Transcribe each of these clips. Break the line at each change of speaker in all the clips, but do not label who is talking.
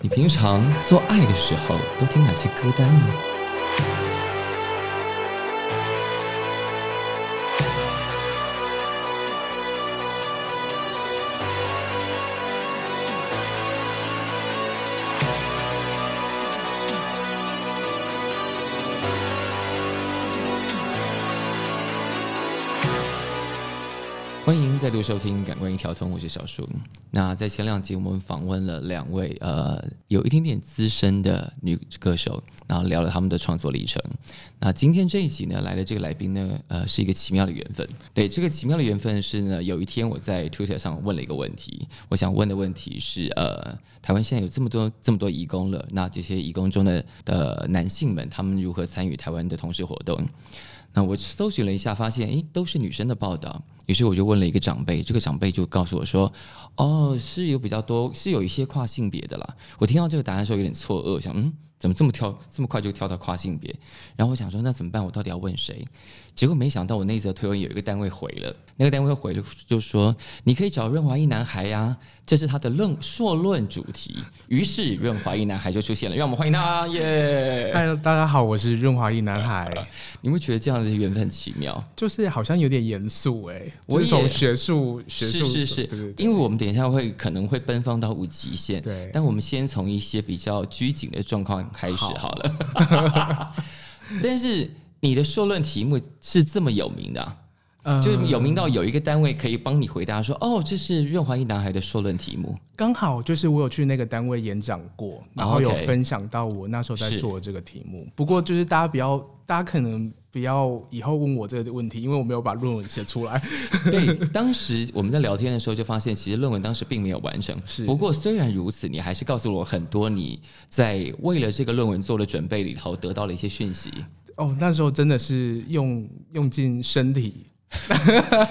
你平常做爱的时候都听哪些歌单呢？欢迎再度收听《感官一条通》，我是小树。那在前两集，我们访问了两位呃有一点点资深的女歌手，然后聊了他们的创作历程。那今天这一集呢，来的这个来宾呢，呃，是一个奇妙的缘分。对，这个奇妙的缘分是呢，有一天我在 Twitter 上问了一个问题，我想问的问题是，呃，台湾现在有这么多这么多义工了，那这些义工中的的男性们，他们如何参与台湾的同事活动？那我搜寻了一下，发现诶都是女生的报道，于是我就问了一个长辈，这个长辈就告诉我说，哦，是有比较多，是有一些跨性别的啦。我听到这个答案的时候有点错愕，想嗯，怎么这么跳这么快就跳到跨性别？然后我想说那怎么办？我到底要问谁？结果没想到我那则推文有一个单位回了，那个单位回了就说你可以找润滑一男孩呀、这是他的论硕论主题。于是润滑一男孩就出现了，让我们欢迎他耶
嗨，大家好，我是润滑一 男孩。
你会觉得这样的缘分很奇妙？
就是好像有点严肃哎，
我
就是
也
从学术学
是
术
是是，
对对对
因为我们等一下会可能会奔放到无极限，
对
但我们先从一些比较拘谨的状况开始好了。 但是你的硕论题目是这么有名的、啊，
呃
就是有名到有一个单位可以帮你回答说，哦，这是润滑一男孩的硕论题 目。
刚好就是我有去那个单位演讲过，然后
哦 OK
有分享到我那时候在
是
做这个题目。不过就是大家不要，大家可能不要以后问我这个问题，因为我没有把论文写出来。
对，当时我们在聊天的时候就发现，其实论文当时并没有完成。
是
不过虽然如此，你还是告诉了我很多你在为了这个论文做的准备里头得到了一些讯息。
哦，那时候真的是用用尽身体，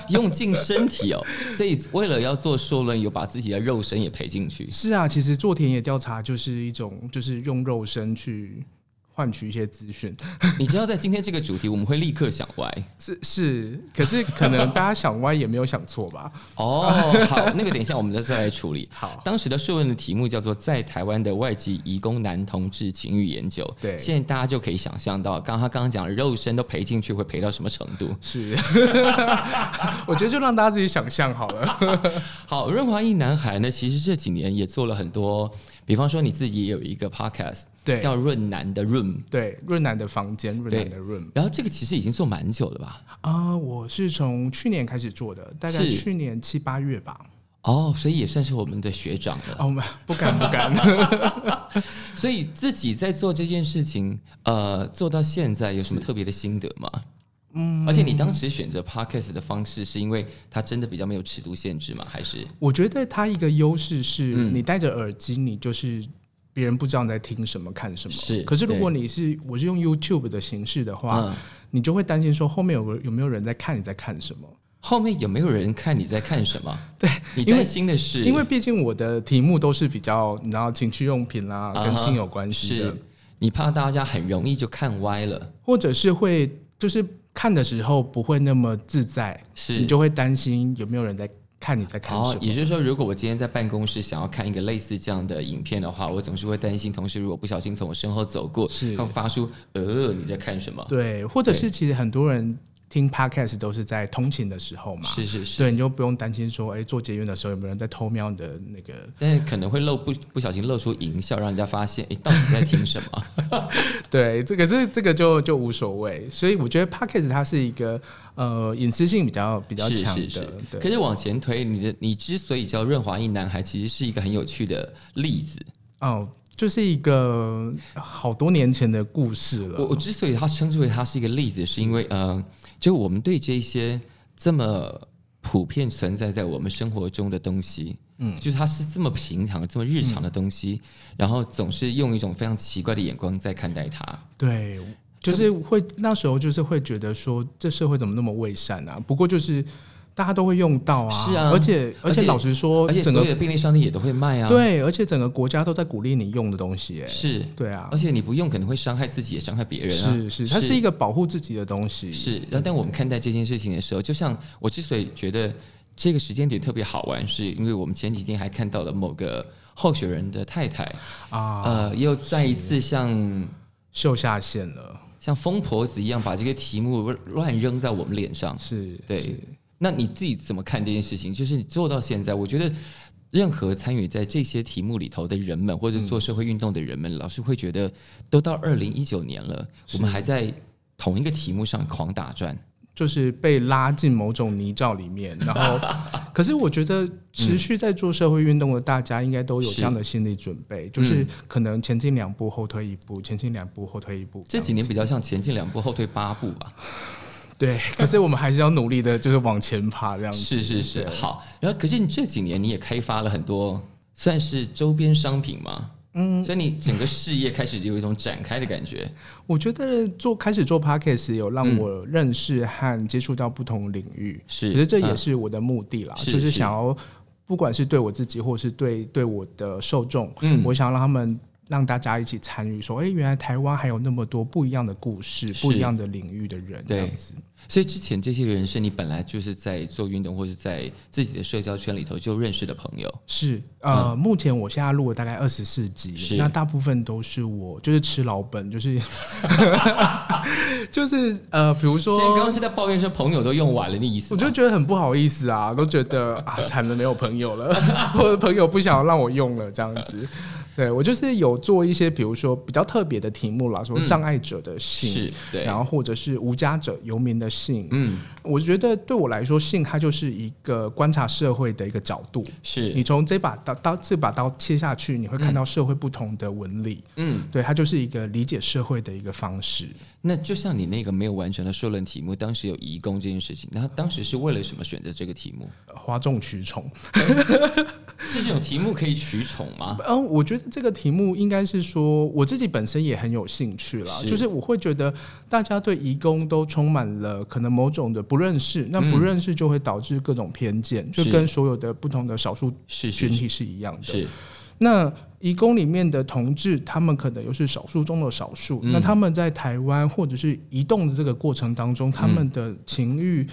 用尽身体哦，所以为了要做硕论，有把自己的肉身也赔进去。
是啊，其实做田野调查就是一种，就是用肉身去换取一些资讯。
你知道，在今天这个主题，我们会立刻想歪
是是，可是可能大家想歪也没有想错 吧？
哦。好，那个等一下我们再来处理。
好，
当时的硕论的题目叫做《在台湾的外籍移工男同志情欲研究》。
对
现在大家就可以想象到，刚他刚刚讲的肉身都赔进去，会赔到什么程度？
是， 我觉得就让大家自己想象好 了。
好，润滑一男孩呢，其实这几年也做了很多，比方说你自己也有一个 podcast，
对
叫润男的润，
对，润南的房间，润南的润
然后这个其实已经做蛮久了吧？
啊、我是从去年开始做的，大概
是
去年七八月吧。
哦，所以也算是我们的学长了。
哦，不敢不敢，
所以自己在做这件事情，呃，做到现在有什么特别的心得吗？嗯，而且你当时选择 podcast 的方式，是因为它真的比较没有尺度限制吗？还是
我觉得它一个优势是
嗯
你戴着耳机，你就是。别人不知道你在听什么、看什么。
是
可是如
对
果你是我是用 YouTube 的形式的话，
嗯
你就会担心说后面有个有没有人在看你在看什么。
后面有没有人看你在看什么？
对，
你
因为
担心的是，
因为毕竟我的题目都是比较你知道情趣用品啦、
啊哈
跟性有关系的
是，你怕大家很容易就看歪了，
或者是会就是看的时候不会那么自在，
是
你就会担心有没有人在看你在看什
哦，
么。
也就是说，如果我今天在办公室想要看一个类似这样的影片的话，我总是会担心同事如果不小心从我身后走过，
是
他会发出“呃，你在看什么
对，或者是其实很多人听 podcast 都是在通勤的时候”？嘛，
是是是，
对，你就不用担心说，哎，坐捷运的时候有没有人在偷瞄你的那个？
但是可能会露不不小心露出淫笑，让人家发现，诶，到底在听什么？
对，这个这这个就就无所谓。所以我觉得 podcast 它是一个呃隐私性比较比较
是
强
是
的
是，。
对。
可是往前推，你的你之所以叫润滑一男孩，其实是一个很有趣的例子。
哦，就是一个好多年前的故事
我
了。
我之所以他称之为它是一个例子，是因为
嗯
呃，就我们对这些这么普遍存在在我们生活中的东西，嗯，就是它是这么平常、这么日常的东西，
嗯
然后总是用一种非常奇怪的眼光在看待它。
对，就是会那时候就是会觉得说，这社会怎么那么伪善啊？不过就是大家都会用到啊，
是啊
而且
而
而
且
且老实说，
而且
哦整
所有
个
的便利商店也都会卖啊，，
对，而且整个国家都在鼓励你用的东西、哎，
是。
对啊
而，且你不用可能会伤害自己，也伤害别人啊。
是是，它是一个保护自己的东西，
是，然后但我们看待这件事情的时候，就像我之所以觉得这个时间点特别好玩，是因为我们前几天还看到了某个候选人的太太，
啊、
呃，又再一次像
秀下限了，
像疯婆子一样把这个题目乱扔在我们脸上。
是，
对
是，
那你自己怎么看这件事情？就是你做到现在，我觉得任何参与在这些题目里头的人们，或者做社会运动的人们，老是会觉得，都到二零一九年了，我们还在同一个题目上狂打转。
就是被拉进某种泥沼里面，然 后，可是我觉得持续在做社会运动的大家，应该都有
是
这样的心理准备，就是可能前进两步，后退一步，前进两步，后退一步。
这几
样
年比较像前进两步，后退八步吧。
嗯对，可是我们还是要努力的，就是往前爬这样子。
是是是，啊
对，
好。然后，可是你这几年你也开发了很多算是周边商品嘛，嗯，所以你整个事业开始有一种展开的感觉。
我觉得做开始做 podcast 有让我认识和接触到不同领域，
是
可是这也
嗯
是我的目的啦，
是
就
是
是想要不管是对我自己，或是对对我的受众，
嗯
我想让他们让大家一起参与，说，哎、原来台湾还有那么多不一样的故事，
是
不一样的领域的人，
对嗯
这样子。
所以之前这些人是你本来就是在做运动或是在自己的社交圈里头就认识的朋友，
是，呃，目前我现在录了大概二十四集
是，
那大部分都是我就是吃老本，就是 就是呃，比如
现在刚
说
刚，是在抱怨说朋友都用完了，你意思
我
吗？
就觉得很不好意思啊，都觉得啊，惨了，没有朋友了， 或者朋友不想让我用了这样子。对我就是有做一些，比如说比较特别的题目啦，说
嗯
障碍者的性，
是对，
然后或者是无家者、游民的性。
嗯
我觉得对我来说，性它就是一个观察社会的一个角度。
是
你从这把刀刀这把刀切下去，你会看到社会不同的纹理，
嗯，
对，它就是一个理解社会的一个方式。
那就像你那个没有完成的硕论题目，当时有移工这件事情，那他当时是为了什么选择这个题目？
哗众取宠，
是这种题目可以取宠吗？
嗯，我觉得这个题目应该是说我自己本身也很有兴趣啦，
是
就是我会觉得大家对移工都充满了可能某种的不认识，那
嗯
不认识就会导致各种偏见，就是跟所有的不同的少数
是
群
是是
体是一样的。
是
那移工里面的同志，他们可能又是少数中的少数。
嗯
那他们在台湾或者是移动的这个过程当中，
嗯
他们的情欲，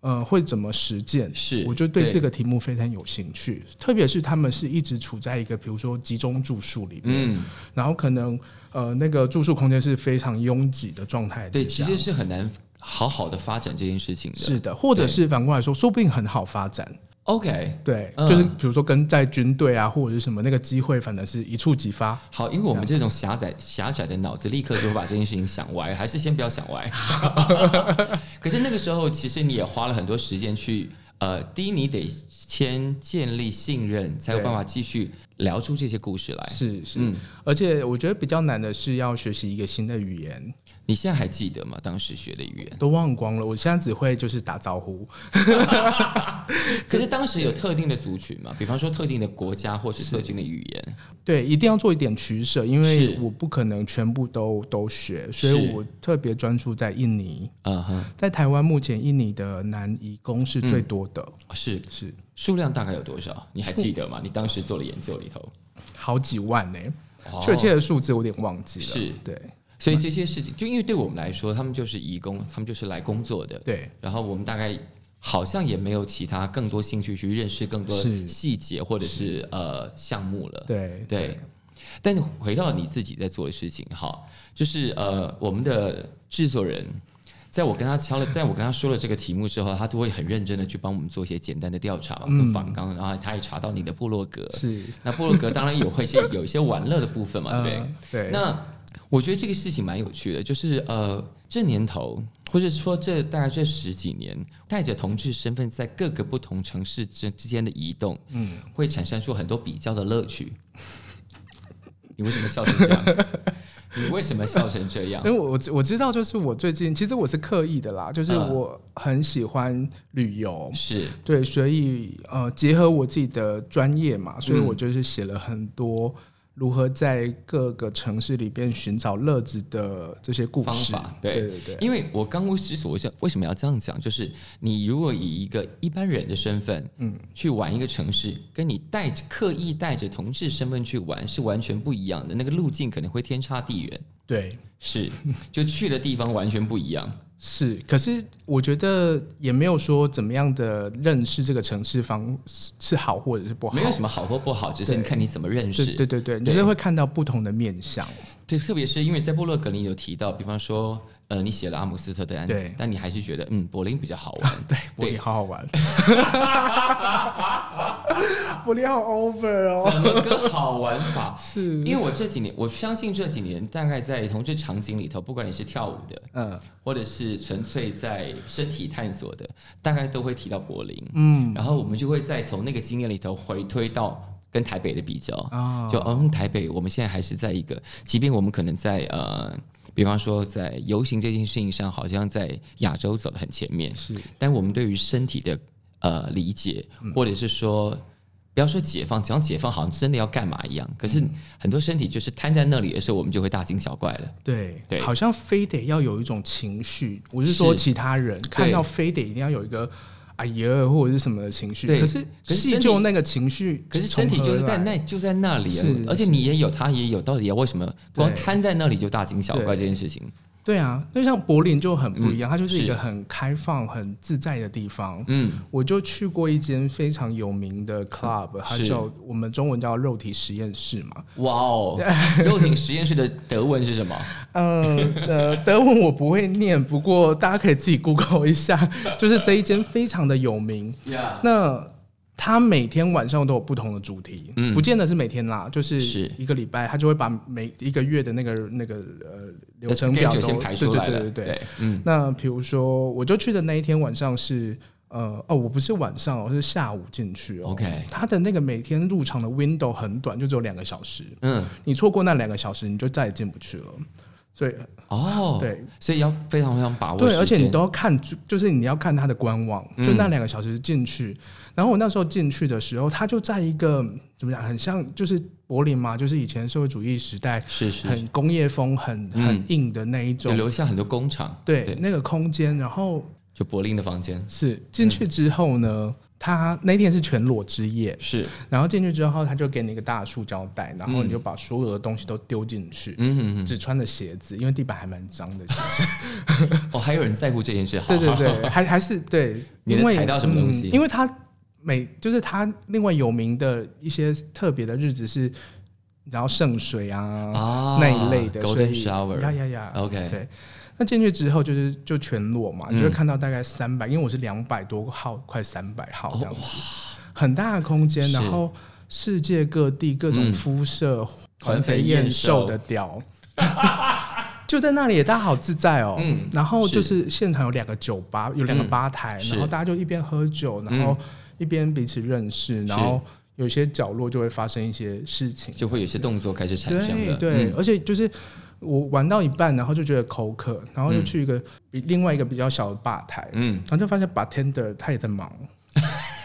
呃，会怎么实践？
是
我就对
对
这个题目非常有兴趣，特别是他们是一直处在一个比如说集中住宿里面，
嗯，
然后可能呃那个住宿空间是非常拥挤的状态之
对，
下。
其实是很难好好的发展这件事情的。
是的，或者
对
是反过来说，说不定很好发展。
OK，
对，
嗯
就是比如说跟在军队啊，或者是什么那个机会，反正是一触即发。
好，因为我们这种狭窄狭窄的脑子，立刻就会把这件事情想歪，还是先不要想歪。 可是那个时候，其实你也花了很多时间去，呃，第一，你得先建立信任，才有
对
办法继续聊出这些故事来。
是是，
嗯
而且我觉得比较难的是要学习一个新的语言，
你现在还记得吗？当时学的语言？
都忘光了。我现在只会就是打招呼，
可是当时有特定的族群嘛，比方说特定的国家或是特定的语言。
对，一定要做一点取舍，因为
是
我不可能全部都都学，所以
是
我特别专注在印尼。
嗯哼，
在台湾目前印尼的男移工是
嗯
最多的，
是
是
数量大概有多少？你还记得吗？你当时做了研究里头，
好几万呢、
哦
确切的数字我有点忘记了。
是
对
所以这些事情，就因为对我们来说，他们就是移工，他们就是来工作的。
对
然后我们大概好像也没有其他更多兴趣去认识更多
是
细节或者是呃项目了。
对
对，但回到你自己在做的事情，哈，就是呃，我们的制作人，在我跟他敲了， 在我跟他说了这个题目之后，他都会很认真的去帮我们做一些简单的调查
嗯
跟访纲，然后他也查到你的部落格。
是，
那部落格当然也会一些有一些玩乐的部分嘛，对不对？
嗯对，
那我觉得这个事情蛮有趣的，就是呃，这年头，或者说这大概这十几年，带着同志身份在各个不同城市之之间的移动，嗯，会产生出很多比较的乐趣。你为什么笑成这样？你为什么笑成这样
因？为我我知我知道，就是我最近其实我是刻意的啦，就是
嗯
我很喜欢旅游，
是
对，所以呃，结合我自己的专业嘛，所以
嗯
我就是写了很多如何在各个城市里边寻找乐子的这些故
方
事
法。对
对对对，
因为我刚之所以想为什么要这样讲，就是你如果以一个一般人的身份，嗯，去玩一个城市，跟你带着刻意带着同志身份去玩是完全不一样的，那个路径可能会天差地远。
对
是，就去的地方完全不一样。
是，可是我觉得也没有说怎么样的认识这个城市方是是好或者是不好，
没有什么好或不好，只是你看你怎么认识。
对对对对，你就是会看到不同的面 相。
对，特别是因为在部落格里有提到，比方说，呃，你写了阿姆斯特丹，
对
但你还是觉得，嗯，柏林比较好玩。
对，柏林好好玩， 柏林好 over 哦，
怎么个好玩法？
是，
因为我这几年，我相信这几年大概在同志场景里头，不管你是跳舞的，
嗯
或者是纯粹在身体探索的，大概都会提到柏林。
嗯
然后我们就会再从那个经验里头回推到跟台北的比较，
啊，
就嗯，台北我们现在还是在一个，即便我们可能在呃，比方说在游行这件事情上，好像在亚洲走得很前面，
是
但我们对于身体的呃理解，
嗯
或者是说。不要说解放，讲解放好像真的要干嘛一样。可是
嗯
很多身体就是瘫在那里的时候，我们就会大惊小怪了。
对
对
好像非得要有一种情绪，我是说
是
其他人看到非得一定要有一个哎呀或者是什么的情绪，
对
可是
可是身体
细究那个情绪
可
从何来，
是身体就是在那就在那里啊
是，
而且你也有，他也有，到底要为什么光
对
瘫在那里就大惊小怪
对
这件事情？
对啊，那像柏林就很不一样，它就
嗯
是
是
一个很开放、很自在的地方。
嗯，
我就去过一间非常有名的 club，它
是
叫我们中文叫肉体实验室嘛。
哇 哦，肉体实验室的德文是什么？
呃呃， 德文我不会念，不过大家可以自己 Google 一下，就是这一间非常的有名。那他每天晚上都有不同的主题，
嗯
不见得是每天啦，就是
是
一个礼拜，他就会把每一个月的那个那个呃流程表
schedule
都
先排出来了，
对对对对对。
嗯，
那比如说，我就去的那一天晚上是，呃，哦，我不是晚上哦，我是下午进去哦。
OK
他的那个每天入场的 window 很短，就只有两个小时，
嗯，
你错过那两个小时，你就再也进不去了。所以，
哦，，
对
所以要非常非常把握
对，而且
啊时间嗯
你都要看，就是你要看他的官网，就那两个小时进去。然后我那时候进去的时候，他就在一个怎么讲，很像就是柏林嘛，就是以前社会主义时代
是是是
很工业风、很
嗯
很硬的那一
有
种。
留下很多工厂，
对，那个空间，然后
就柏林的房间
是进
嗯
去之后呢，他那天是全裸之夜，
是，
然后进去之后他就给你一个大的塑胶袋，然后
嗯
你就把所有的东西都丢进去，
嗯嗯
只穿着鞋子，因为地板还蛮脏的。其实
嗯，哦，还有人在乎这件事，好
对对，嗯
好好
对，还还是对，
你能
因为
踩到什么东西
嗯因为他每就是他另外有名的一些特别的日子是，然后圣水啊
啊
那一类的所以
，Golden
呀
Shower，OK，
呀呀对，那进去之后就是就全裸嘛，
嗯
你就会看到大概三百、因为我是两百多号，快三百号这样子，很大的空间，
哦是
然后世界各地各种
嗯
肤色、
环肥
燕
燕瘦
的屌，就在那里，大家好自在哦。
嗯
然后就是现场有两个酒吧，有两个吧台，
是嗯
然后大家就一边喝酒，然后一边彼此认识，然后有些角落就会发生一些事情，
就会有些动作开始产生
对
了，
对，
嗯
而且就是我玩到一半，然后就觉得口渴，然后就去一个比另外一个比较小的吧台，
嗯，
然后就发现 bartender 他也 在忙，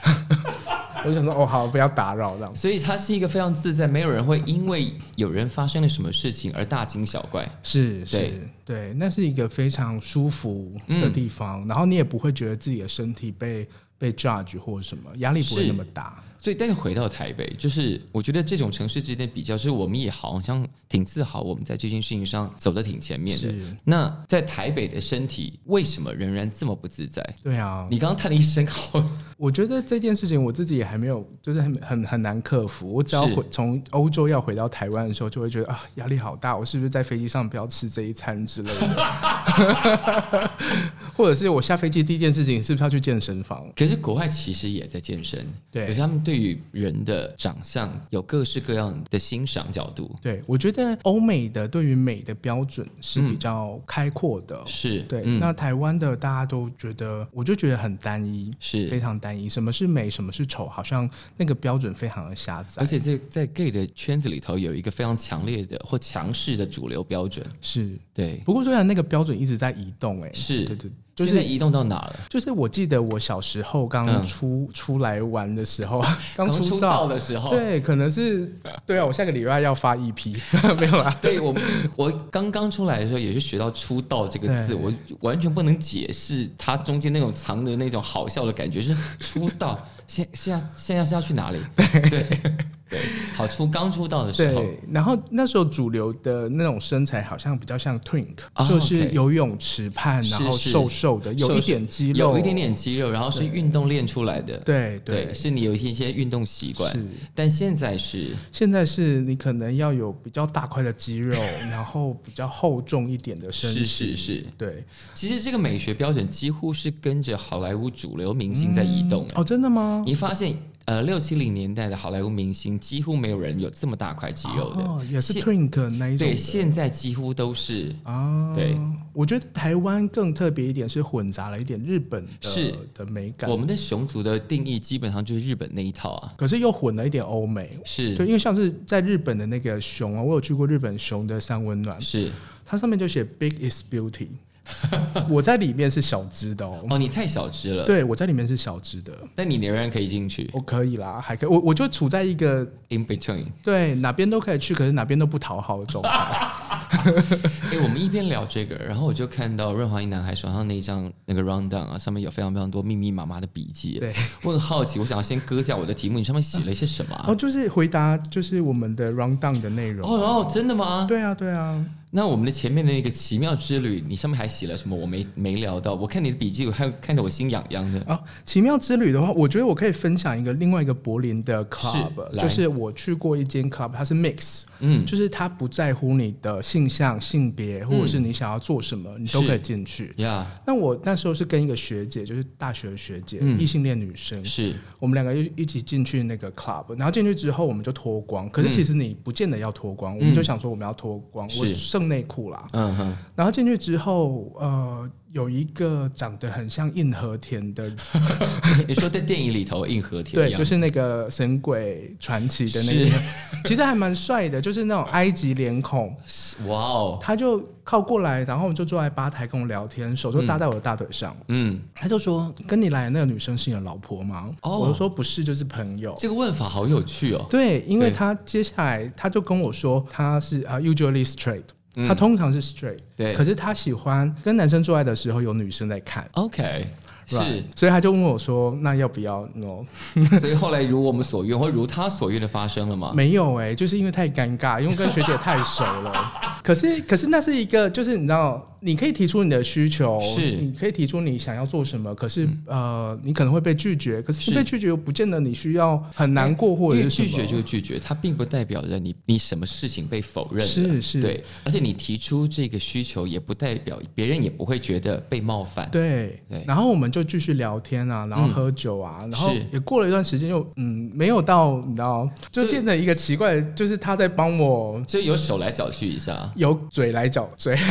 我就想说哦好，不要打扰这样。
嗯所以它是一个非常自在，没有人会因为有人发生了什么事情而大惊小怪。
是是
对，
对，那是一个非常舒服的地
嗯
方，然后你也不会觉得自己的身体被被 judge 或者什么，压力不会
是
那么大。
所以，但是回到台北，就是我觉得这种城市之间的比较，是我们也好像挺自豪，我们在这件事情上走得挺前面的。
是，
那在台北的身体为什么仍然这么不自在？
对啊，
你刚刚叹了一声，好，
我觉得这件事情我自己也还没有，就是很很很难克服。我只要
是
回从欧洲要回到台湾的时候，就会觉得啊压力好大，我是不是在飞机上不要吃这一餐之类的？ 或者是我下飞机第一件事情是不是要去健身房？
可是国外其实也在健身，
对
可是他们对于人的长相有各式各样的欣赏角度，
对，我觉得欧美的对于美的标准是比较开阔的，
嗯是
哦对，
嗯
那台湾的大家都觉得，我就觉得很单一，非
是，
常单一。什么是美，什么是丑，好像那个标准非常的狭窄
而。且在在 gay 的圈子里头有一个非常强烈的或强势的主流标准，
是，
对，
不过虽然那个标准一直在移动、哎，
是
对对，就
现在
是
移动到哪了？
就是，我记得我小时候刚
嗯
出、出来玩的时 候，刚
刚
出
出道的时候，
对，可能是对啊，我下个礼拜要发 EP，没有啦。
对我，我刚刚出来的时候也是学到“出道”这个字，
对
我完全不能解释它中间那种藏的那种 好笑的感觉，是出道。现现在现在是要去哪里？对对好出刚出道的时候，
对，然后那时候主流的那种身材好像比较像 twink，、
哦
就是
，OK
游泳池畔，然后
是是
瘦瘦的，有一点肌肉，
有一点点肌肉，然后是运动练出来的，
对对
是你有一些运动习惯，
是。
但现在是
现在是你可能要有比较大块的 肌肉，然后比较厚重一点的身
是
体，
是是，
对。
其实这个美学标准几乎是跟着好莱坞主流明星在移动、
哦，真的吗？
你发现，呃，六七零年代的好莱坞明星几乎没有人有这么大块肌肉的，
哦，也是
现
twink 那一种
对，
的
现在几乎都是
啊。
对，
我觉得台湾更特别一点是混杂了一点日本的
是
的美感
我，们的熊族的定义基本上就是日本那一套啊，
可是又混了一点欧美。对，
是
因为像是在日本的那个熊啊，我有去过日本熊的三温暖，
是
它上面就写 “Big is beauty”，我在里面是小只的哦。
哦，你太小只了，
对，我在里面是小只的，
但你仍然可以进去
我可以啦，还可以，我我就处在一个
，in between。
对哪边都可以去，可是哪边都不讨好的 状态。
哎、我们一边聊这个，然后我就看到润滑一男孩手上那一张那个 round down 啊，上面有非常非常多密密麻麻的笔记。
对，
我很好奇，我想要先割下我的题目，你上面写了些什么、
然
啊
后？就是回答就是我们的 round down 的哦内容。
哦，然后真的吗？
对啊，对啊，
那我们的前面的那个奇妙之旅，你上面还写了什么？我没没聊到。我看你的笔记，我看看得我心痒痒的。
啊，奇妙之旅的话，我觉得我可以分享一个另外一个柏林的 club，
来
就是我去过一间 club，它是 mix，
嗯，
就是它不在乎你的性向、性别，或者是你想要做什么，你都
嗯是
可以进去。
呀、
那我那时候是跟一个学姐，就是大学的学姐，
嗯
异、性恋女生，
是
我们两个一一起进去那个 club，然后进去之后我们就脱光，
嗯
可是其实你不见得要脱光，我们就想说我们要脱光，我
是
剩内裤啦。
嗯哼，
然后进去之后，呃，有一个长得很像硬和田的
你说在电影里头硬核铁一
对，
样，
就是那个《神鬼传奇》的那个， 其实还蛮帅的，就是那种埃及脸孔。
哇哦，
他就靠过来，然后我们就坐在吧台跟我聊天，手就搭在我的大腿上。
嗯，
他就说：“跟你来的那个女生是你的老婆吗？”
哦
我就说：“不是，就是朋友。
这个问法好有趣哦。
对，因为
对
他接下来他就跟我说，他是啊、usually straight，、
嗯
他通常是 straight，
对
可是他喜欢跟男生做爱的时候有女生在看。
，OK，
right？
是。
所以他就问我说：“那要不要 no？”
所以后来如我们所愿，或如他所愿的发生了吗？
没有哎、就是因为太尴尬，因为跟学姐太熟 了。可是，可是那是一个，就是你知道，你可以提出你的需求，
是嗯
你可以提出你想要做什么。可是，呃，你可能会被拒绝。可是
是
被拒绝又不见得你需要很难过或
因
者
为
是什么
拒绝就是拒绝，它并不代表着你你什么事情被否认了
是是
对，而且你提出这个需求，也不代表别人也不会觉得被冒犯。
对
对
然后我们就继续聊天啊，然后
嗯
喝酒啊，然后
是
也过了一段时间又，嗯，没有到你知道，就
这
变成一个奇怪的，就是他在帮我
就有手来脚去一下，
由嘴来搅嘴，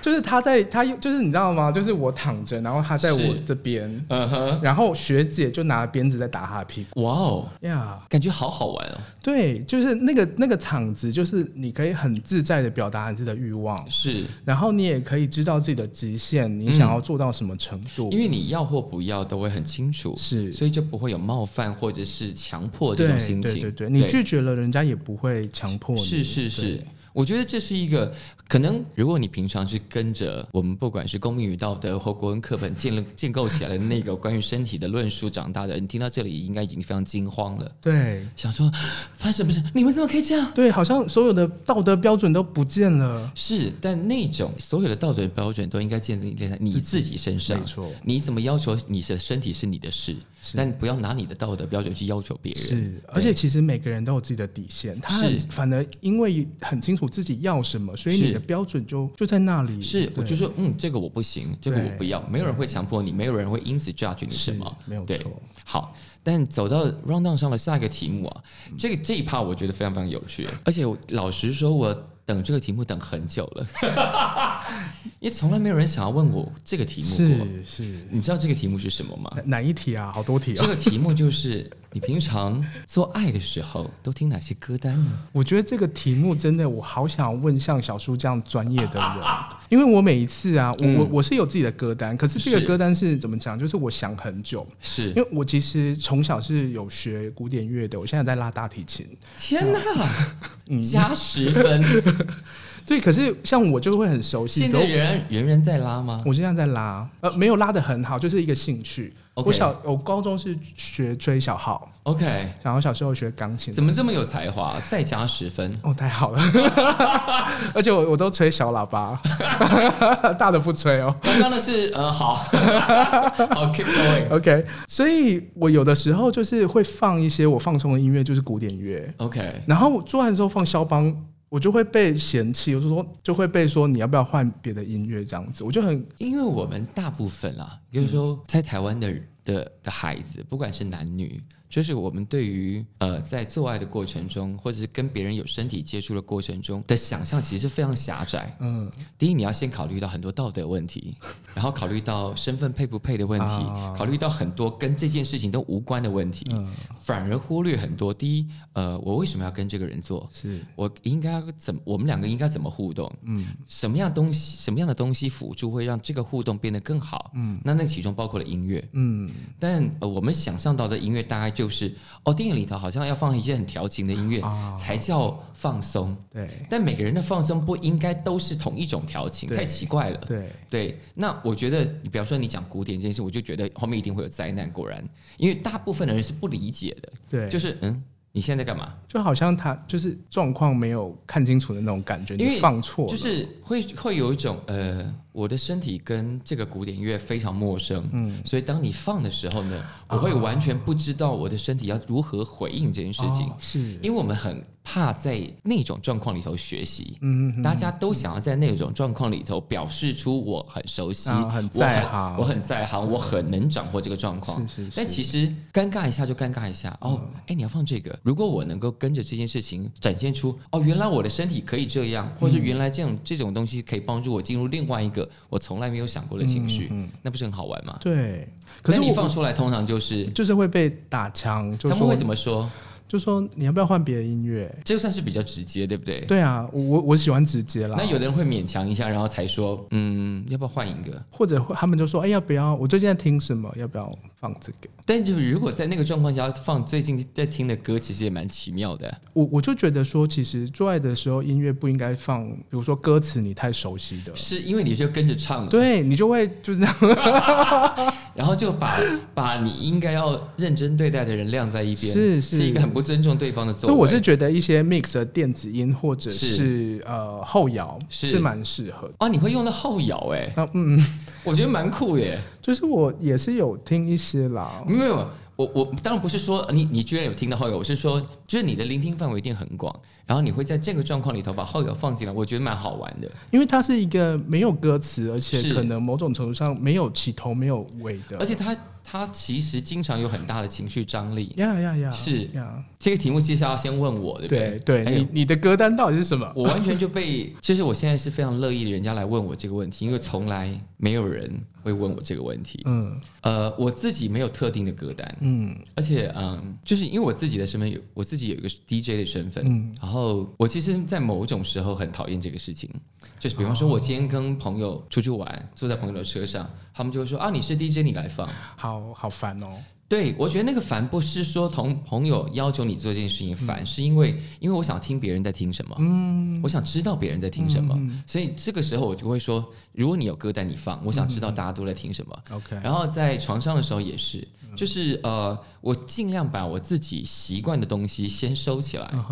就是他在他就是你知道吗？就是我躺着，然后他在我
是
这边，
嗯哼，
然后学姐就拿鞭子在打他的屁股。
哇哦，
呀、
感觉好好玩哦，
对，就是那个那个场子，就是你可以很自在的表达你自己的欲望，
是
然后你也可以知道自己的极限，你想要做到什么程度。
因为你要或不要都会很清楚，
是
所以就不会有冒犯或者是强迫这
对
种心情。
对对对，你拒绝了，人家也不会强迫你。
是是是
对，，
我觉得这是一个可能，如果你平常是跟着我们不管是公民与道德或国文课本建立建构起来的那个关于身体的论述长大的人，听到这里应该已经非常惊慌了，
对
想说发生什么事？你们怎么可以这样？
对，好像所有的道德标准都不见了。
是，但那种所有的道德标准都应该建立在你自己身上
没。错，
你怎么要求你的身体是你的事，但不要拿你的道德标准去要求别人。
是，而且其实每个人都有自己的底线，他很
是
反而因为很清楚自己要什么，所以你
是
的标准就就在那里。
是，我
对
就说，嗯，这个我不行，这个我不要，没有人会强迫你，没有人会因此 judge 你什么，
没有
对
错。
好，但走到 round down 上的下一个题目啊，这个这一趴我觉得非常非常有趣，而且我老实说，我等这个题目等很久了， 因为从来没有人想要问我这个题目过。
是是，
你知道这个题目是什么吗？
哪哪一题啊？好多题
这
啊！
个题目就是你平常做爱的时候都听哪些歌单呢？
我觉得这个题目真的，我好想问像小叔这样专业的人，因为我每一次啊，我我、
嗯
我是有自己的歌单，可是这个
是
歌单是怎么讲？就是我想很久，
是
因为我其实从小是有学古典
嗯
乐的，我现在在拉大提琴，
天哪，加十分，
对，可是像我就会很熟悉。
现在仍然仍然在拉吗？
我现在在拉，呃，没有拉的很好，就是一个兴趣。
OK
我小我高中是学吹小号，
？OK，
然后小时候学钢琴。
怎么这么有才华？再加十分。
哦，太好了！ 而且我我都吹小喇叭， 大的不吹哦。
刚刚的是呃好， 好 keep going。
OK，所以我有的时候就是会放一些我放松的音乐，就是古典乐。
OK，
然后我做完之后放肖邦，我就会被嫌弃，我就说就会被说你要不要换别的音乐这样子，我就很
因为我们大部分啊啦，也就是说在台湾的的的孩子，不管是男女，就是我们对于呃在做爱的过程中，或者是跟别人有身体接触的过程中的想象，其实是非常狭窄。
嗯
第一，你要先考虑到很多道德问 题，然后考虑到身份配不配的问题，
啊
考虑到很多跟这件事情都无关的问题，
嗯
反而忽略很多。第一，呃，我为什么要跟这个人做？
是
我应该要怎么？我们两个应该怎么互动？
嗯
什么样东西？什么样的东西辅助会让这个互动变得更好？
嗯
那那其中包括了音乐，
嗯
但呃，我们想象到的音乐大概就是哦，电影里头好像要放一些很调情的音乐、
啊
才叫放松，
对
但每个人的放松不应该都是同一种调情，
对
太奇怪了。
对
对，那我觉得，你比方说你讲古典这件事，我就觉得后面一定会有灾难。果然，因为大部分的人是不理解的，
对，
就
就是
嗯，你现在在干嘛？
就好像他就是状况没有看清楚的那种感觉，
因为
你放错了，
就是会会有一种呃，我的身体跟这个古典乐非常陌生，
嗯啊
所以当你放的时候呢，我会完全不知道我的身体要如何回应这件事情，嗯
哦是
因为我们很怕在那种状况里头学习。
嗯嗯嗯
大家都想要在那种状况里头表示出我很熟悉，
啊很在行嗯
我很我很在行，我很能掌握这个状况。
是嗯是是，
但其实尴尬一下就尴尬一下哦，哎、你要放这个。如果我能够跟着这件事情展现出哦，原来我的身体可以这样，或是原来这种这种东西可以帮助我进入另外一个我从来没有想过的情绪，
嗯嗯嗯
那不是很好玩吗？
对，可是
但你
我
放出来，通常就是
就是会被打枪，就
他们
说
会怎么说？
就说你要不要换别的音乐？
这算是比较直接，对不对？
对啊，我我我喜欢直接啦。
那有的人会勉强一下，然后才说，嗯，要不要换一个？
或者会他们就说：“哎、要不要？我最近在听什么？要不要放这个
但就是如果在那个状况下放最近在听的歌，其实也蛮奇妙的。？”
我我就觉得说，其实做爱的时候，音乐不应该放，比如说歌词你太熟悉的，
是因为你就跟着唱了，
对你就会就是那样。
然后就 把把你应该要认真对待的人晾在一边，
是
是
是
一个很不尊重对方的
所以
作为。
我是觉得一些 mix 的电子音或者
是
是呃后摇
是
是蛮适合的。
啊，你会用到后摇哎、
那嗯，
我觉得蛮酷的耶。
就是我也是有听一些啦，
没有，我我当然不是说啊你你居然有听到后摇，我是说就是你的聆听范围一定很广，然后你会在这个状况里头把后摇放进来，我觉得蛮好玩的。
因为它是一个没有歌词，而且
是
可能某种程度上没有起头没有尾
而
的。
且它它其实经常有很大的情绪张力。
呀呀呀！
是
呀，
这个题目接下来要先问我，对不
对
对？
对，
哎呦
你你的歌单到底是什么？
我完全就被，就是我现在是非常乐意人家来问我这个问题，因为从来没有人会问我这个问题。
嗯
呃，我自己没有特定的歌单，
嗯
而且嗯，就是因为我自己的身份有我自己有一个 DJ 的身份，
嗯
然后我其实，在某种时候很讨厌这个事情，就是比方
哦
说，我今天跟朋友出去玩，坐在朋友的车上，他们就会说啊，你是 DJ，你来放。
好好烦哦。
对，我觉得那个烦不是说同朋友要求你做这件事情烦，是因为因为我想听别人在听什么，
嗯，
我想知道别人在听什么，
嗯
所以这个时候我就会说，如果你有歌单你放，我想知道大家都在听什么。
嗯 OK，
然后在床上的时候也是，就是呃，我尽量把我自己习惯的东西先收起
嗯
来，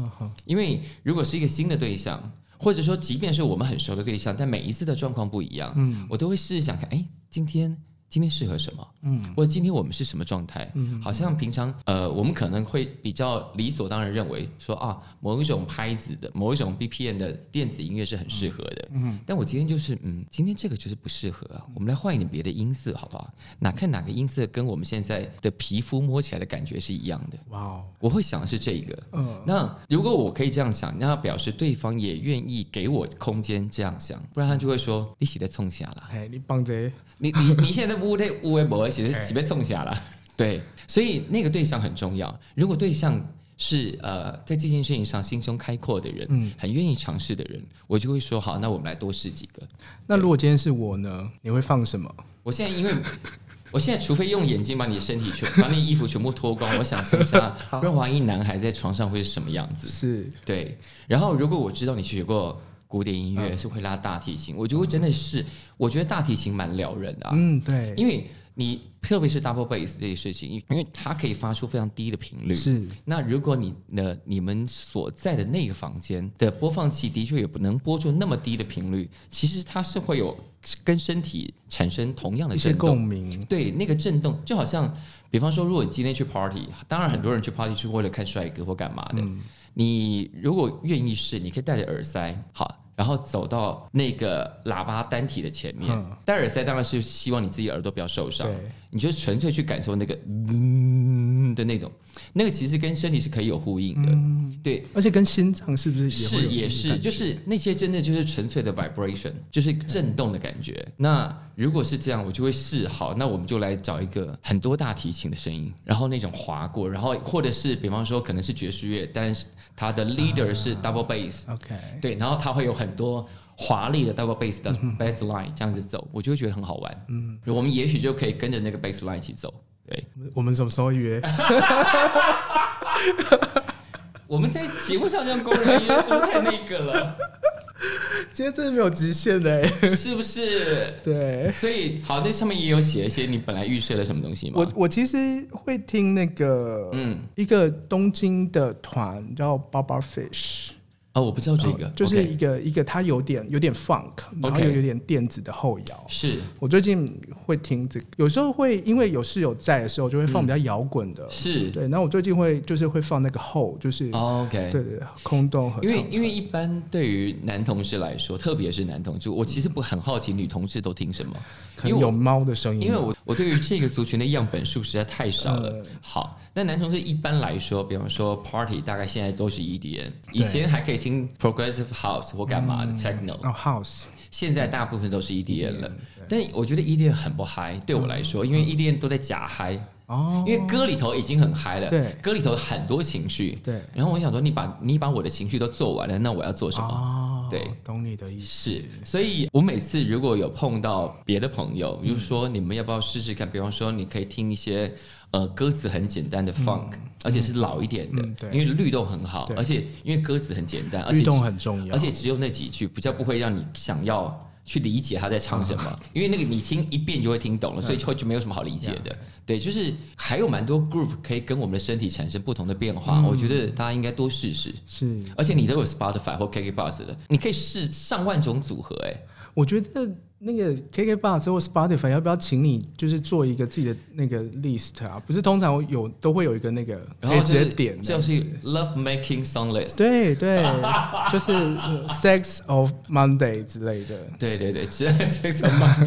因为如果是一个新的对象，或者说即便是我们很熟的对象，但每一次的状况不一样，
嗯
我都会试着想看，哎，今天今天适合什么，
嗯
或者今天我们是什么状态。
嗯，
好像平常，呃，我们可能会比较理所当然认为说啊，某一种拍子的、某一种 BPM 的电子音乐是很适合的。
嗯
但我今天就是，嗯，今天这个就是不适合啊，我们来换一点别的音色好不好？哪看哪个音色跟我们现在的皮肤摸起来的感觉是一样的？
哇哦，
我会想的是这个。
嗯
那如果我可以这样想，那表示对方也愿意给我空间这样想，不然他就会说你洗的冲下啦，
哎，你帮着
你你你现在在 乌的乌微博洗的洗被冲下啦。对，所以那个对象很重要。如果对象是呃在这件事情上心胸开阔的人，
嗯
很愿意尝试的人，我就会说好，那我们来多试几个。
那如果今天是我呢？你会放什么？
我现在因为， 我现在除非用眼睛把你的身体全把你衣服全部脱光，我想象一下
好
润滑一男孩在床上会是什么样子。
是
对，然后如果我知道你学过。古典音
嗯
乐，是会拉大提琴。我觉得真的是，我觉得大提琴蛮撩人的、啊，
嗯，对，
因为你特别是 double bass 这些事情，因因为它可以发出非常低的频率。
是
那如果你呢，你们所在的那个房间的播放器的确也不能播出那么低的频率，其实它是会有跟身体产生同样的
一些
震动
共。鸣，
对，那个震动就好像，比方说，如果你今天去 party，当然很多人去 party 是为了看帅哥或干嘛的。
嗯
你如果愿意试，你可以戴着耳塞，好，然后走到那个喇叭单体的前面。
嗯
戴耳塞当然是希望你自己耳朵不要受伤
对，
你就纯粹去感受那个嗯的那种，那个其实跟身体是可以有呼应的。对，
而且跟心脏是不是也会
是
有
也
影
是，
响
就是那些真的就是纯粹的 vibration，就是震动的感觉。那如果是这样，我就会试好，那我们就来找一个很多大提琴的声音，然后那种划过，然后或者是比方说可能是爵士乐，但是它
啊
的 leader 是 double bass，、
OK，
对，然后它会有很多。华丽的 double bass 的 bass line 这样子走，我就会觉得很好玩。嗯，我们也许就可以跟着那个 bass line 一起走。对，
我们我们什么时 候约？
我们在节目上这样公然约，是不是太那个 了？
今天真的没有极 限的欸，
是不是？
对。
所以好，那上面也有写一些你本来预设了什么东西吗？
我我其实会听那个，
嗯
一个东京的团叫 Baba Fish，
哦，我不知道这个，
就是
OK
一个一个它有点有点 funk，然后
OK
又有点电子的后摇。
是
我最近会听这个，有时候会因为有室友在的时候，就会放比较摇滚的。
嗯是
对，那我最近会就是会放那个后，就是、
哦
对
OK。
对对空洞合
因为
唱。
因为一般对于男同志来说，特别是男同志，我其实不很好奇女同志都听什么，
可
因为
能有
我
猫的声音啊吧，
因为我我对于这个族群的样本数实在太少了。
呃
好，那男同志一般来说，比方说 party，大概现在都是 EDM，以前还可以听 progressive house 或干嘛的 techno，
哦 House
现在大部分都是 EDM 了，但我觉得 EDM 很不嗨，对我来说，
嗯
因为 EDM 都在假嗨，
哦，
因为歌里头已经很嗨了，
对
歌里头很多情绪，
对
然后我想说，你把你把我的情绪都做完了，那我要做什么？
哦，
啊对，
懂你的意思。
是，所以我每次如果有碰到别的朋友，
嗯
比如说你们要不要试试看？比方说，你可以听一些呃歌词很简单的 funk，、而且是老一点的，
嗯对
因为律动很好
对，
而且因为歌词很简单，而且
律动很重要，
而且只有那几句，比较不会让你想要去理解他在唱什么，
嗯
因为那个你听一遍就会听懂了，所以就就没有什么好理解的。对，就是还有蛮多 groove 可以跟我们的身体产生不同的变化，
嗯
我觉得大家应该多试试。
是
而且你都有 Spotify 或 KK Bus 的，你可以试上万种组合、哎，
我觉得那个 KK Bus 或 Spotify 要不要请你就是做一个自己的那个 list 啊？不是通常有都会有一个那个
然
可
后
以
就
直
是
接点这
就
样子，
是 Love Making Song List。
对 对，就是呃 Sex of Monday 之类的。
对对对，只在这什 么？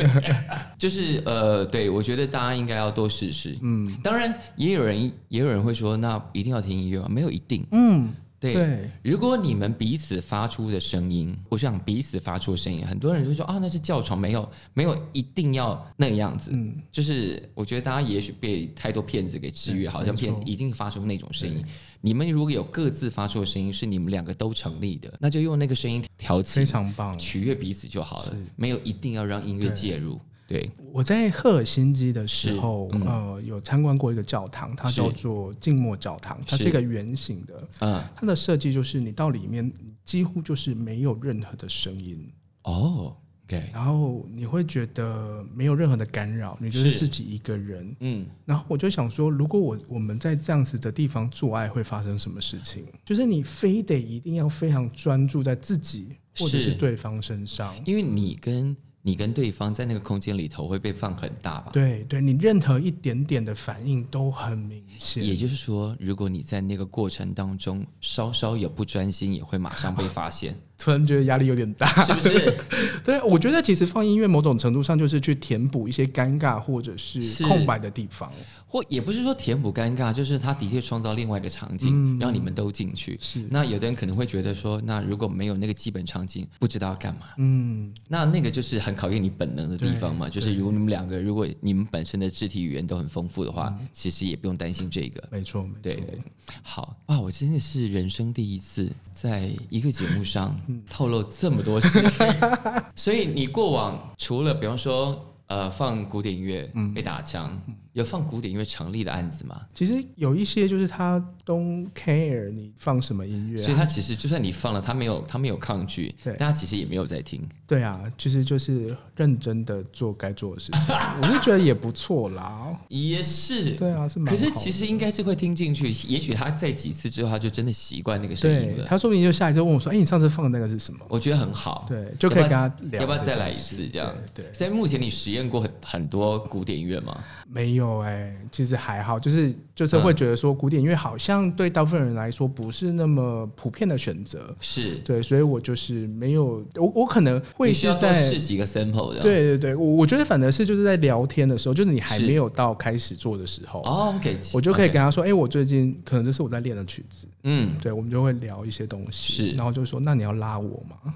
就是呃，对我觉得大家应该要多试试。嗯，当然也有人也有人会说，那一定要听音乐吗？没有一定，
嗯，
对，
对
如果你们彼此发出的声音，我想彼此发出的声音，很多人就说啊，那是叫床，没有没有一定要那个样子。就是我觉得大家也许被太多骗子给制约，好像骗一定发出那种声音。你们如果有各自发出的声音是你们两个都成立的，那就用那个声音调
非
情，
常棒。
取悦彼此就好了，没有一定要让音乐介入。对，
我在赫尔辛基的时候，
是嗯
呃，有参观过一个教堂，它
是
叫做静默教堂，它是
是
一个圆形的，
嗯，
它的设计就是你到里面几乎就是没有任何的声音。
哦，OK，
然后你会觉得没有任何的干扰，你就是
是
自己一个人。
嗯，
然后我就想说，如果我我们在这样子的地方做爱，会发生什么事情？就是你非得一定要非常专注在自己或者
是
是对方身上。
因为你跟你跟对方在那个空间里头会被放很大吧？
对对，你任何一点点的反应都很明
也
显。
就是说，如果你在那个过程当中稍稍有不专心，也会马上被发现，
突然觉得压力有点大。
是不是？
对，我觉得其实放音乐某种程度上就是去填补一些尴尬或者
是
是空白的地方。
或也不是说填补尴尬，就是他的确创造另外一个场景，让你们都进去。
是
那有的人可能会觉得说，那如果没有那个基本场景，不知道要干嘛。
嗯，
那那个就是很考验你本能的地方嘛，就是如果你们两个，如果你们本身的肢体语言都很丰富的话，其实也不用担心这个。
没错，没错。
对对，好哇！我真的是人生第一次在一个节目 上
嗯
透露这么多事情，
嗯
所以你过往除了比方说呃放古典乐被打枪，有放古典音乐常例的案子吗？
其实有一些就是他 don't care 你放什么音乐、啊，
所以他其实就算你放了，他没有他没有抗拒，
对
但他其实也没有在听。
对啊，其实就是认真的做该做的事 情，我是觉得也不错啦。
也是，
对啊，是蛮
可
好的。
是其实应该是会听进去，也许他在几次之后，他就真的习惯那个声音
对
了。
他说不定就下一次问我说：“哎、你上次放的那个是什么
我觉得很好，？”
对，就可以跟他聊
要不要再
这件
来一
事
次这样？
对，对
在目前你实验过很很多古典音乐吗？
没有哎、其实还好，就是就是
嗯
会觉得说古典音乐好像对大部分人来说不是那么普遍的选择，
是，
对，所以我就是没有，我我可能会
你需
是
要多
在
试几个 sample 的。
对对对，我我觉得反而是就是在聊天的时候，就是你还
是
没有到开始做的时候，
哦，OK，
我就可以
OK，
跟他说，哎、我最近可能这是我在练的曲子，
嗯，
对，我们就会聊一些东西，
是
然后就说那你要拉我吗？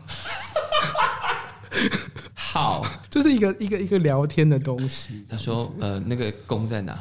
好。
就是一个一个一个聊天的 东西，
他说，呃，那个弓在 哪？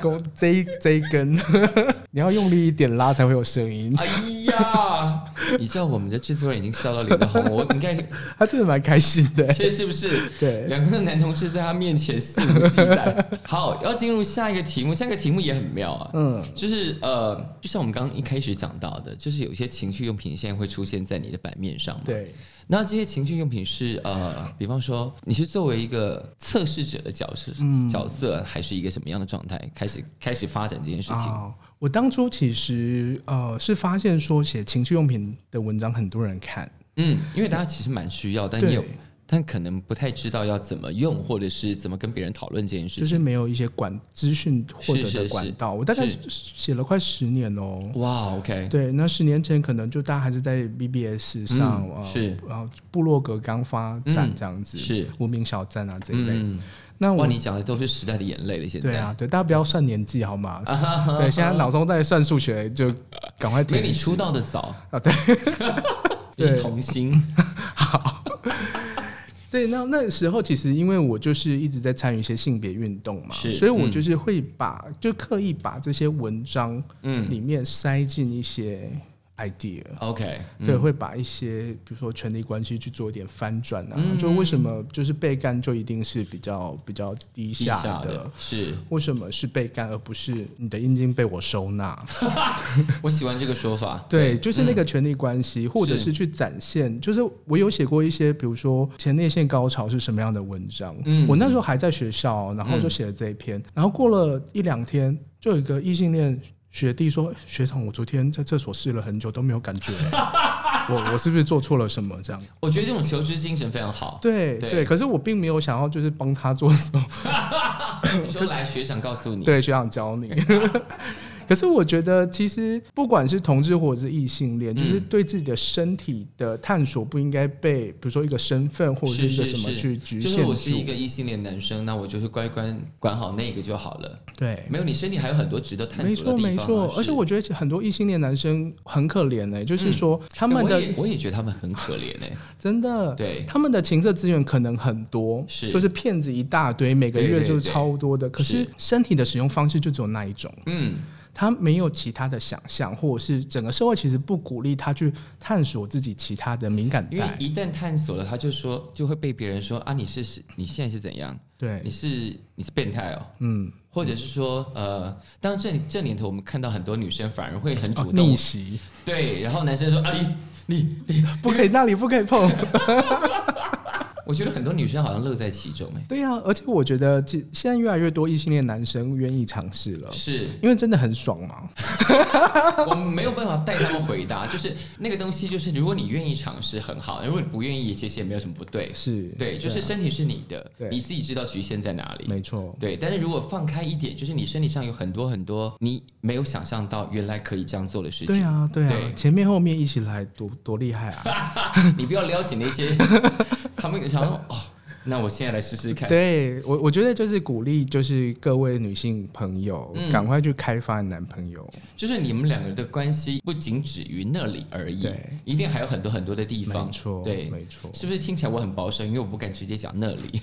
跟这一这一根， 你要用力一点拉才会有声音。
哎呀，你知道我们的制作人已经笑到脸都红，我应 该
他真的蛮开心的。
这是不是？
对
两个男同事在他面前肆无忌惮。 好，要进入下一个题目，下一个题目也很妙啊。
嗯，
就是呃，就像我们刚刚一开始讲到的，就是有一些情趣用品现在会出现在你的版面上嘛。
对，
那这些情趣用品是呃，比方说你是作为一个测试者的角色、
嗯
角色，还是一个什么样的状态开始开始发展这件事情？
啊、我当初其实呃是发现说写情趣用品的文章很多人看，
嗯，因为大家其实蛮需要，但也有
对，
但可能不太知道要怎么用，或者是怎么跟别人讨论这件事情。
就是没有一些管资讯获得
是是
的
是
管道。我大概写了快十年哦、
哇，OK，
对，那十年前可能就大家还是在 BBS 上，
嗯
呃，
是
呃，部落格刚发展这样子，
嗯是
无名小站啊这一类。
嗯，
那
哇，
我
你讲的都是时代的眼泪了，现在。
对啊，对，大家不要算年纪 好吗？对，现在脑中在算数学，就赶快
没
填
你出道的早
啊对，
你是
对
童星，
对，那那时候其实因为我就是一直在参与一些性别运动嘛，
是
所以我就是会把、就刻意把这些文章
嗯
里面塞进一些 idea。
，OK，嗯
对，会把一些比如说权力关系去做一点翻转啊，
嗯
就为什么就是被干就一定是比较比较低
地
下
下
的，
的是，
为什么是被干而不是你的阴茎被我收纳？
我喜欢这个说法，
对，就是那个权力关系，或者是去展现，就是我有写过一些，比如说前列腺高潮是什么样的文章。
嗯
我那时候还在学校，然后就写了这一篇，然后过了一两天，就有一个异性恋学弟说：“学长，我昨天在厕所试了很久都没有感觉，我我是不是做错了什么？”这样。
我觉得这种求知精神非常 好。
哦对
对
对，可是我并没有想要就是帮他做什么，
你说来，学长告诉你，
对，学长教你。 可是我觉得，其实不管是同志或者是异性恋，就是
嗯
对自己的身体的探索不应该被，比如说一个身份或者
是
一个
是
什么
是
去局
就
限
是
住。
我是一个异性恋男生，那我就是乖乖管好那个就好了。
对，
没有，你身体还有很多值得探
没
索的
错
地方啊。
哎没错。
是
而且我觉得很多异性恋男生很可怜呢、就是说他
哎
们的
我也我也觉得他们很可怜 哎，
真的，
对
他们的情色资源可能很多，
是
就是骗子一大堆，每个
对
月
对
就是
对
超多的。可是
是
身体的使用方式就只有那一种。
嗯，
他没有其他的想象，或者是整个社会其实不鼓励他去探索自己其他的敏感
因为
带。
一旦探索了，他就说就会被别人说啊，你是是你现在是怎样？你
对，
是你是变态哦，
嗯，
或者是说呃，当然这这年头我们看到很多女生反而会很
哦
主动，
逆袭
对，然后男生说啊你你你，
不可以，那里不可以碰。
我觉得很多女生好像乐在其中哎，
对呀、而且我觉得其现在越来越多异性恋男生愿意尝试了，
是。
因为真的很爽嘛。
我们没有办法带他们回答， 就是那个东西，就是如果你愿意尝试很好，如果你不愿意，其实也没有什么不对。
是，啊
对，就是身体是你的，
对
你自己知道局限在哪里。
没错，
对，但是如果放开一点，就是你身体上有很多很多你没有想象到原来可以这样做的事
对
情，
啊，对啊，
对
前面后面一起来多多厉害啊！
你不要撩起那些 他们想说哦，那我现在来试试看。
对我，我觉得就是鼓励，就是各位女性朋友
嗯
赶快去开发男朋友。
就是你们两个人的关系不仅止于那里而已
对，
一定还有很多很多的地
没
方。
错，
对，
没错。
是不是听起来我很保守？因为我不敢直接讲那里。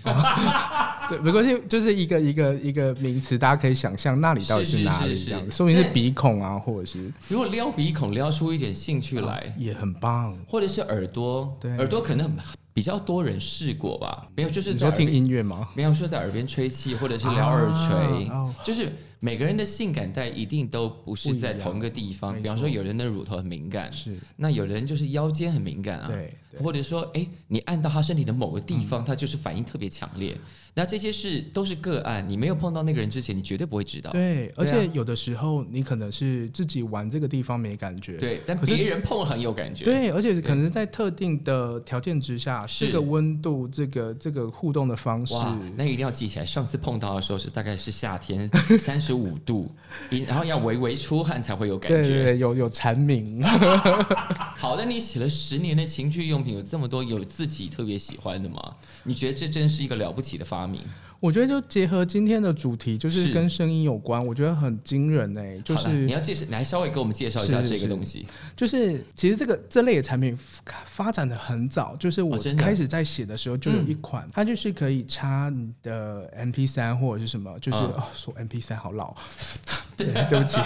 对，没关系，就是一个一个一个名词，大家可以想象那里到底
是是
哪
是
里
是
这样子，说明是鼻孔啊，或者是
如果撩鼻孔撩出一点兴趣来，
也很棒。
或者是耳朵，
啊对
耳朵可能很比较多人试过吧？没有，就是
你
在
说
耳
听
边，
音乐吗？
没有说在耳边吹气，或者是撩耳垂，
啊哦
就是每个人的性感带一定都不是
不一
在
样
同一个地方。
没
比方说，
错
有人的乳头很敏感，
是，
那有人就是腰间很敏感啊，
对对嗯
或者说，哎、你按到他身体的某个地方，他就是反应特别强烈。那这些是都是个案，你没有碰到那个人之前，你绝对不会知道。
对，而
对
且
啊
有的时候你可能是自己玩这个地方没感觉，
对，但
可是
别人碰了很有感觉。
对，而且可能在特定的条件之下，
是
这个温度、这个这个互动的方式，
哇，那一定要记起来。上次碰到的时候是大概是夏 天三十五度，一然后要微微出汗才会有感
对对
觉。
对，有有 蝉鸣，
好，那你写了十年的情趣用品，有这么多有自己特别喜欢的吗？你觉得这真是一个了不起的发明？
我觉得就结合今天的主题，就是
是
跟声音有关，我觉得很惊人哎、就
好了你
是
要介绍，你来稍微给我们介绍一下
是是
这个
是
东西。
就是，其实这个这类的产品发发展的很早，就是我
哦真的嗯
开始在写的时候就有一款，它就是可以插你的 MP 三或者是什么，就是、
嗯
哦说 MP 三好 老，对，对不起，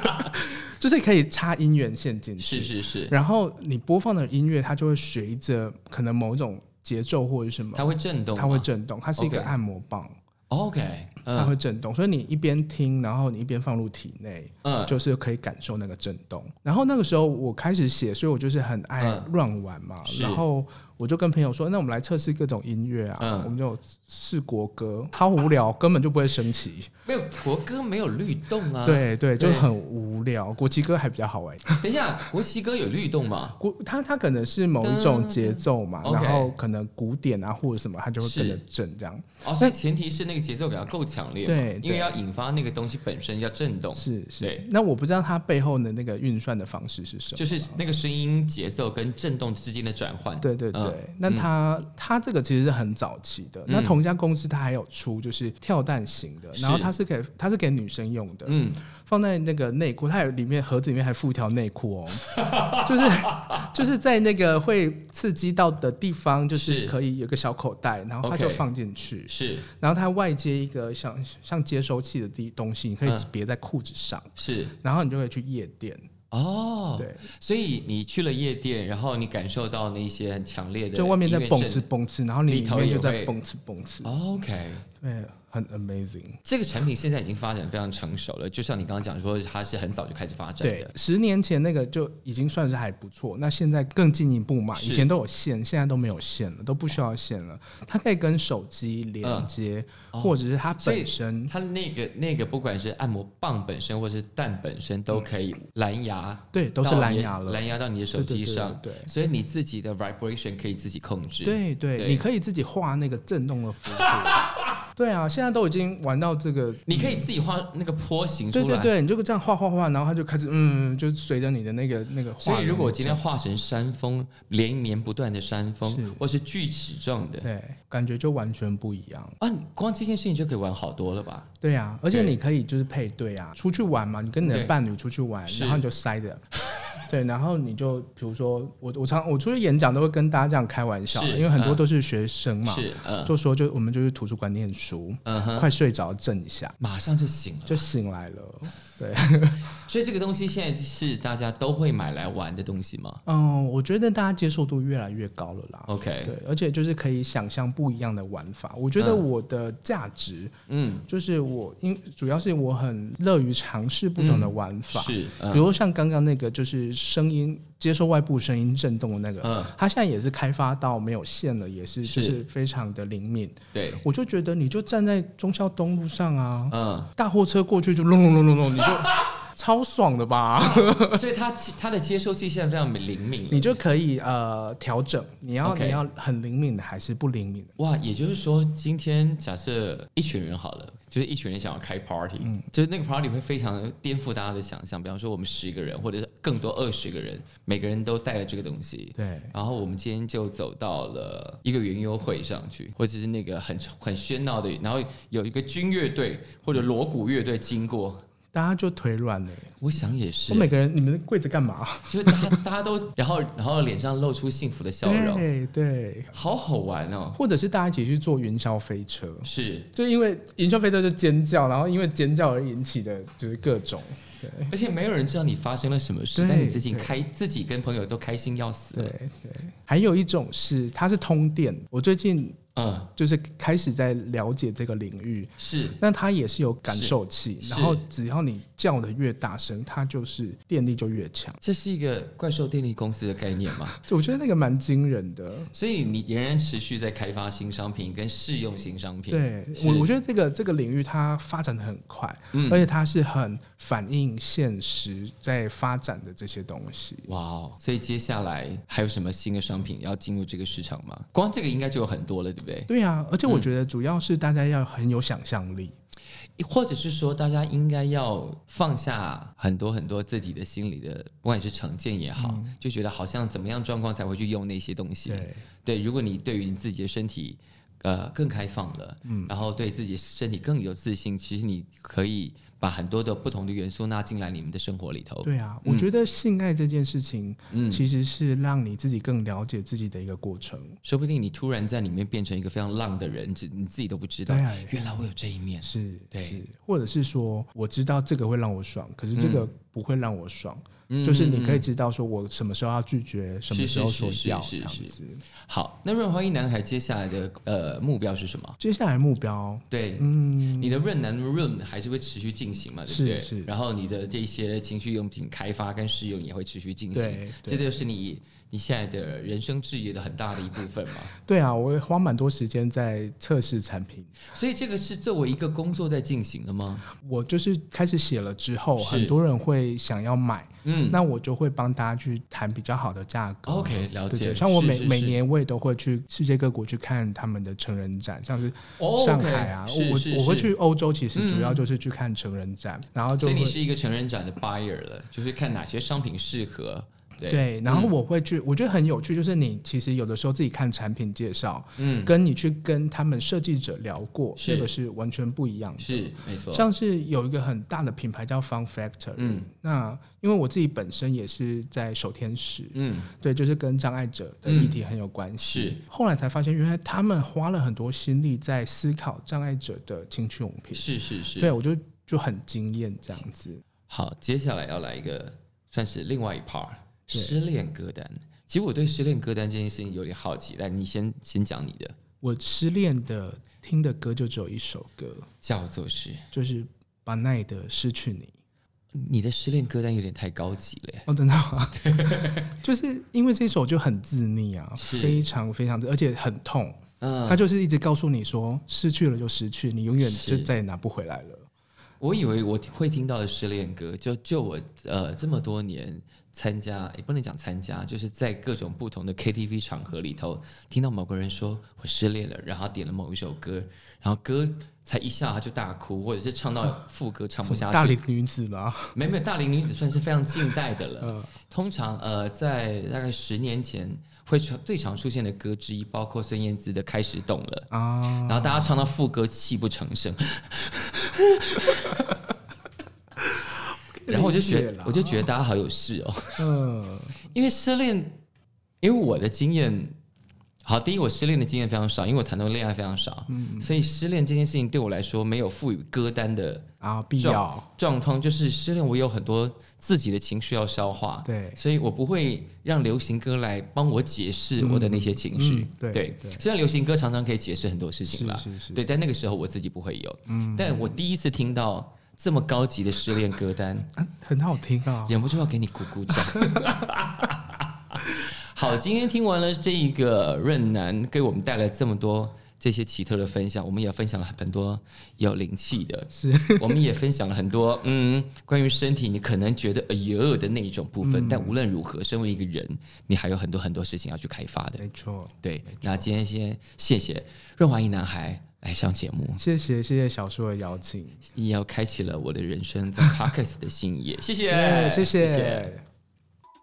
就是可以插音源线进去，
是是是，
然后你播放的音乐，它就会随着可能某种节奏或者什么，
它会震动吗，
它会震动。它是一个
OK
按摩棒，
OK，
它
嗯
会震动，所以你一边听，然后你一边放入体内，
嗯，
就是可以感受那个震动。然后那个时候我开始写，所以我就是很爱
嗯
乱玩嘛。
是
然后我就跟朋友说，那我们来测试各种音乐啊，
嗯
我们就试国歌，超无聊，根本就不会升旗。
没有国歌没有律动啊。，
对对，就
对
很无聊。国旗歌还比较好玩。
等一下，国旗歌有律动吗？
古它它可能是某一种节奏嘛，
嗯嗯嗯
然后
OK
可能古典啊或者什么，它就会跟着
是
震这样。
哦，所以前提是那个节奏感要够强烈嘛，
哎对
因为
对
要引发那个东西本身要震动，
是
对
是。那我不知道它背后的那个运算的方式是什么。
就是那个声音节奏跟震动之间的转换。
对对对，
嗯
那它它这个其实是很早期的。那同一家公司它还有出就是跳蛋型的，
是
然后它是给它是给女生用的，
嗯，
放在那个内裤，它有里面盒子里面还附一条内裤哦， 就是就是在那个会刺激到的地方，就是
是
可以有个小口袋，然后它
OK
就放进去。
是
然后它外接一个像像接收器的地东西，你可以
嗯
别在裤子上，
是
然后你就可以去夜店。
哦，
对，
所以你去了夜店，然后你感受到那些很强烈的
就外面在
音乐
蹦
震
次蹦次，然后你
里
里
头
面
也
就
会
在蹦次蹦次，
OK，
对，很 amazing。
这个产品现在已经发展非常成熟了，就像你刚刚讲说，它是很早就开始发展
对
的，。
十年前那个就已经算是还不错，那现在更进一步嘛，
是
以前都有线，现在都没有线了，都不需要线了。它可以跟手机连接，
哦
或者是它
所以
本身
它那个那个，不管是按摩棒本身或是蛋本身，都可以蓝牙，
对都是蓝牙了，
蓝牙到你的手机上，
对对
所以你自己的 vibration 可以自己控制。，
对对
对
对，你可以自己画那个震动的 幅度。对啊，现在都已经玩到这个嗯
你可以自己画那个波形出
对
来。
对对，你就这样画画画，然后它就开始嗯，就随着你的那个那个画面。
所以如果我今天画成山峰，连绵不断的山
是
峰，或是锯齿状的，
对，感觉就完全不一样。
啊，你光这件事情就可以玩好多了吧？
对啊，而且
对
你可以就是配对啊，出去玩嘛，你跟你
对
的伴侣出去玩，
是
然后你就塞着。 对，然后你就比如说我我常我出去演讲都会跟大家这样开玩笑，
是
因为很多
嗯
都是学生嘛，
是，嗯
就说就我们就去图书馆念书，
嗯哼，
快睡着震一下
马上就醒了。
就醒来了。对，
所以这个东西现在是大家都会买来玩的东西吗
嗯，我觉得大家接受度越来越高了啦。
？OK，
啊对，而且就是可以想象不一样的玩法。我觉得
嗯
我的价值
嗯，
就是我因主要是我很乐于尝试不同的
嗯
玩法，
是，
比
嗯
如像刚刚那个就是声音接受外部声音震动的那个，
嗯，
它现在也是开发到没有线了，也是
是
就是非常的灵敏。
对，
我就觉得你就站在忠孝东路上啊，
嗯。
大货车过去就隆隆隆隆隆，你就超爽 的吧？
所以它它的接收器现在非常灵敏了
你就可以呃调整，你要
OK
你要很灵敏的还是不灵敏的？
哇，也就是说，今天假设一群人好了，就是一群人想要开 party，、就是那个 party 会非常颠覆大家的想象。比方说，我们十个人，或者是更多二十个人，每个人都带了这个东西，
对。
然后我们今天就走到了一个园游会上去，或者是那个很很喧闹的，然后有一个军乐队或者锣鼓乐队经过，
大家就腿软嘞、
我想也是
我，哦每个人，你们跪着干嘛？
就是大家大家都，然后然后脸上露出幸福的笑容，
对对，
好好玩哦，
或者是大家一起去坐云霄飞车，
是。
就因为云霄飞车就尖叫，然后因为尖叫而引起的就是各种对
而且没有人知道你发生了什么事，
对
但你自己
对
开自己跟朋友都开心要死
对
了。
对。还有一种是它是通电，我最近
嗯，
就是开始在了解这个领域，
是
那它也是有感受器，
是
然后只要你叫的越大声，它就是电力就越强。
这是一个怪兽电力公司的概念 嘛？
就我觉得那个蛮惊人的。
所以你仍然持续在开发新商品跟试用新商品。，
对
是
我，我觉得这个这个领域它发展的很快，
嗯
而且它是很反映现实在发展的这些东西。
哇哦！所以接下来还有什么新的商品要进入这个市场吗？光这个应该就有很多了，对不对？
对啊，而且我
嗯
觉得主要是大家要很有想象力。
或者是说，大家应该要放下很多很多自己的心里的，不管是成见也好，
嗯
就觉得好像怎么样状况才会去用那些东西。
对
对，如果你对于你自己的身体，呃，更开放了，
嗯
然后对自己身体更有自信，其实你可以把很多的不同的元素纳进来你们的生活里头。
对啊，我觉得性爱这件事情
哦嗯，
其实是让你自己更了解自己的一个过程。
说不定你突然在里面变成一个非常浪的人，只你自己都不知道
对啊，
原来我有这一面。
是，
对
是，或者是说，我知道这个会让我爽，可是这个不会让我爽，
嗯
就是你可以知道说我什么时候要拒绝，什么时候说
是
要这
是是
样
是是
子。
好，那润滑一男孩接下来的呃目标是什么？
接下来目标，
对，
嗯，
你的润男润还是会持续进行嘛，对不
是
对？
是
然后你的这些情趣用品开发跟试用也会持续进行
对，
这就是你你现在的人生事业的很大的一部分嘛。
对啊，我花蛮多时间在测试产品，
所以这个是作为一个工作在进行的吗？
我就是开始写了之后，
是
很多人会想要买，
嗯
那我就会帮大家去谈比较好的价格。
，OK，了
对
解。
对，像我
是
每
是
每
是
年我也都会去世界各国去看他们的成人展，像是
哦
上
OK，
海啊，
是是
我我会
是
去欧洲，其实
嗯
主要就是去看成人展，然后就
所以
会
你是一个成人展的 buyer 了，就是看哪些商品适合。对，
对，然后
嗯
我会去，我觉得很有趣，就是你其实有的时候自己看产品介绍，
嗯，
跟你去跟他们设计者聊过，
是
那个是完全不一样的。
是没错。
像是有一个很大的品牌叫 Fun Factor，
嗯
那因为我自己本身也是在手天使，
嗯，
对，就是跟障碍者的
嗯
议题很有关系。
是
后来才发现，原来他们花了很多心力在思考障碍者的情趣用品，
是是是。
对我就就很惊艳这样子。
好，接下来要来一个算是另外一 part
对
失恋歌单。其实我对失恋歌单这件事情有点好奇，但你先先讲你的，
我失恋的听的歌就只有一首歌，
叫做是
就是巴奈的《失去你》。
你的失恋歌单有点太高级了耶。
哦，真的吗？ 就是因为这首就很自溺啊，
是
非常非常自，而且很痛。他
嗯，
就是一直告诉你说，失去了就失去，你永远
是
就再也拿不回来了。
我以为我会听到的失恋歌，就就我呃这么多年参加，也不能讲参加，就是在各种不同的 KTV 场合里头，听到某个人说我失恋了，然后他点了某一首歌，然后歌才一下他就大哭，或者是唱到副歌唱不
什
下
么
去，
大龄女子吧，
没有没有，大龄女子算是非常近代的了。
嗯
通常呃，在大概十年前会出最常出现的歌之一，包括孙燕姿的《开始懂了》，
啊，
然后大家唱到副歌泣不成声，然后我就觉
理解
得
啦
我就觉得大家好有事哦，
嗯，
因为失恋，因为我的经验。好，第一，我失恋的经验非常少，因为我谈的恋爱非常少，
嗯
所以失恋这件事情对我来说没有赋予歌单的
啊，必
撞
要，
状况，就是失恋，我有很多自己的情绪要消化，
对，
所以我不会让流行歌来帮我解释我的那些情绪。
嗯嗯对
对
对
虽然流行歌常常可以解释很多事情啦，
是是嗯是
对，但那个时候我自己不会有。但我第一次听到这么高级的失恋歌单，
啊很好听啊，
忍不住要给你鼓鼓掌。 好，今天听完了这一个润南给我们带来这么多这些奇特的分享，我们也分享了很多有灵气的，
是
我们也分享了很多嗯关于身体你可能觉得哎呦的那一种部
嗯
分，但无论如何，身为一个人，你还有很多很多事情要去开发的。
没错。
对，那今天先谢谢润滑一男孩来上节目，
谢谢谢谢小叔的邀请，
也要开启了我的人生在 Parkes 的新页，谢 谢，
耶谢谢。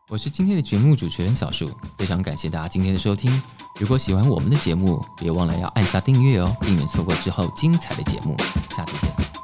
我是今天的节目主持人小树，非常感谢大家今天的收听。如果喜欢我们的节目，别忘了要按下订阅哦，避免错过之后精彩的节目。下次见。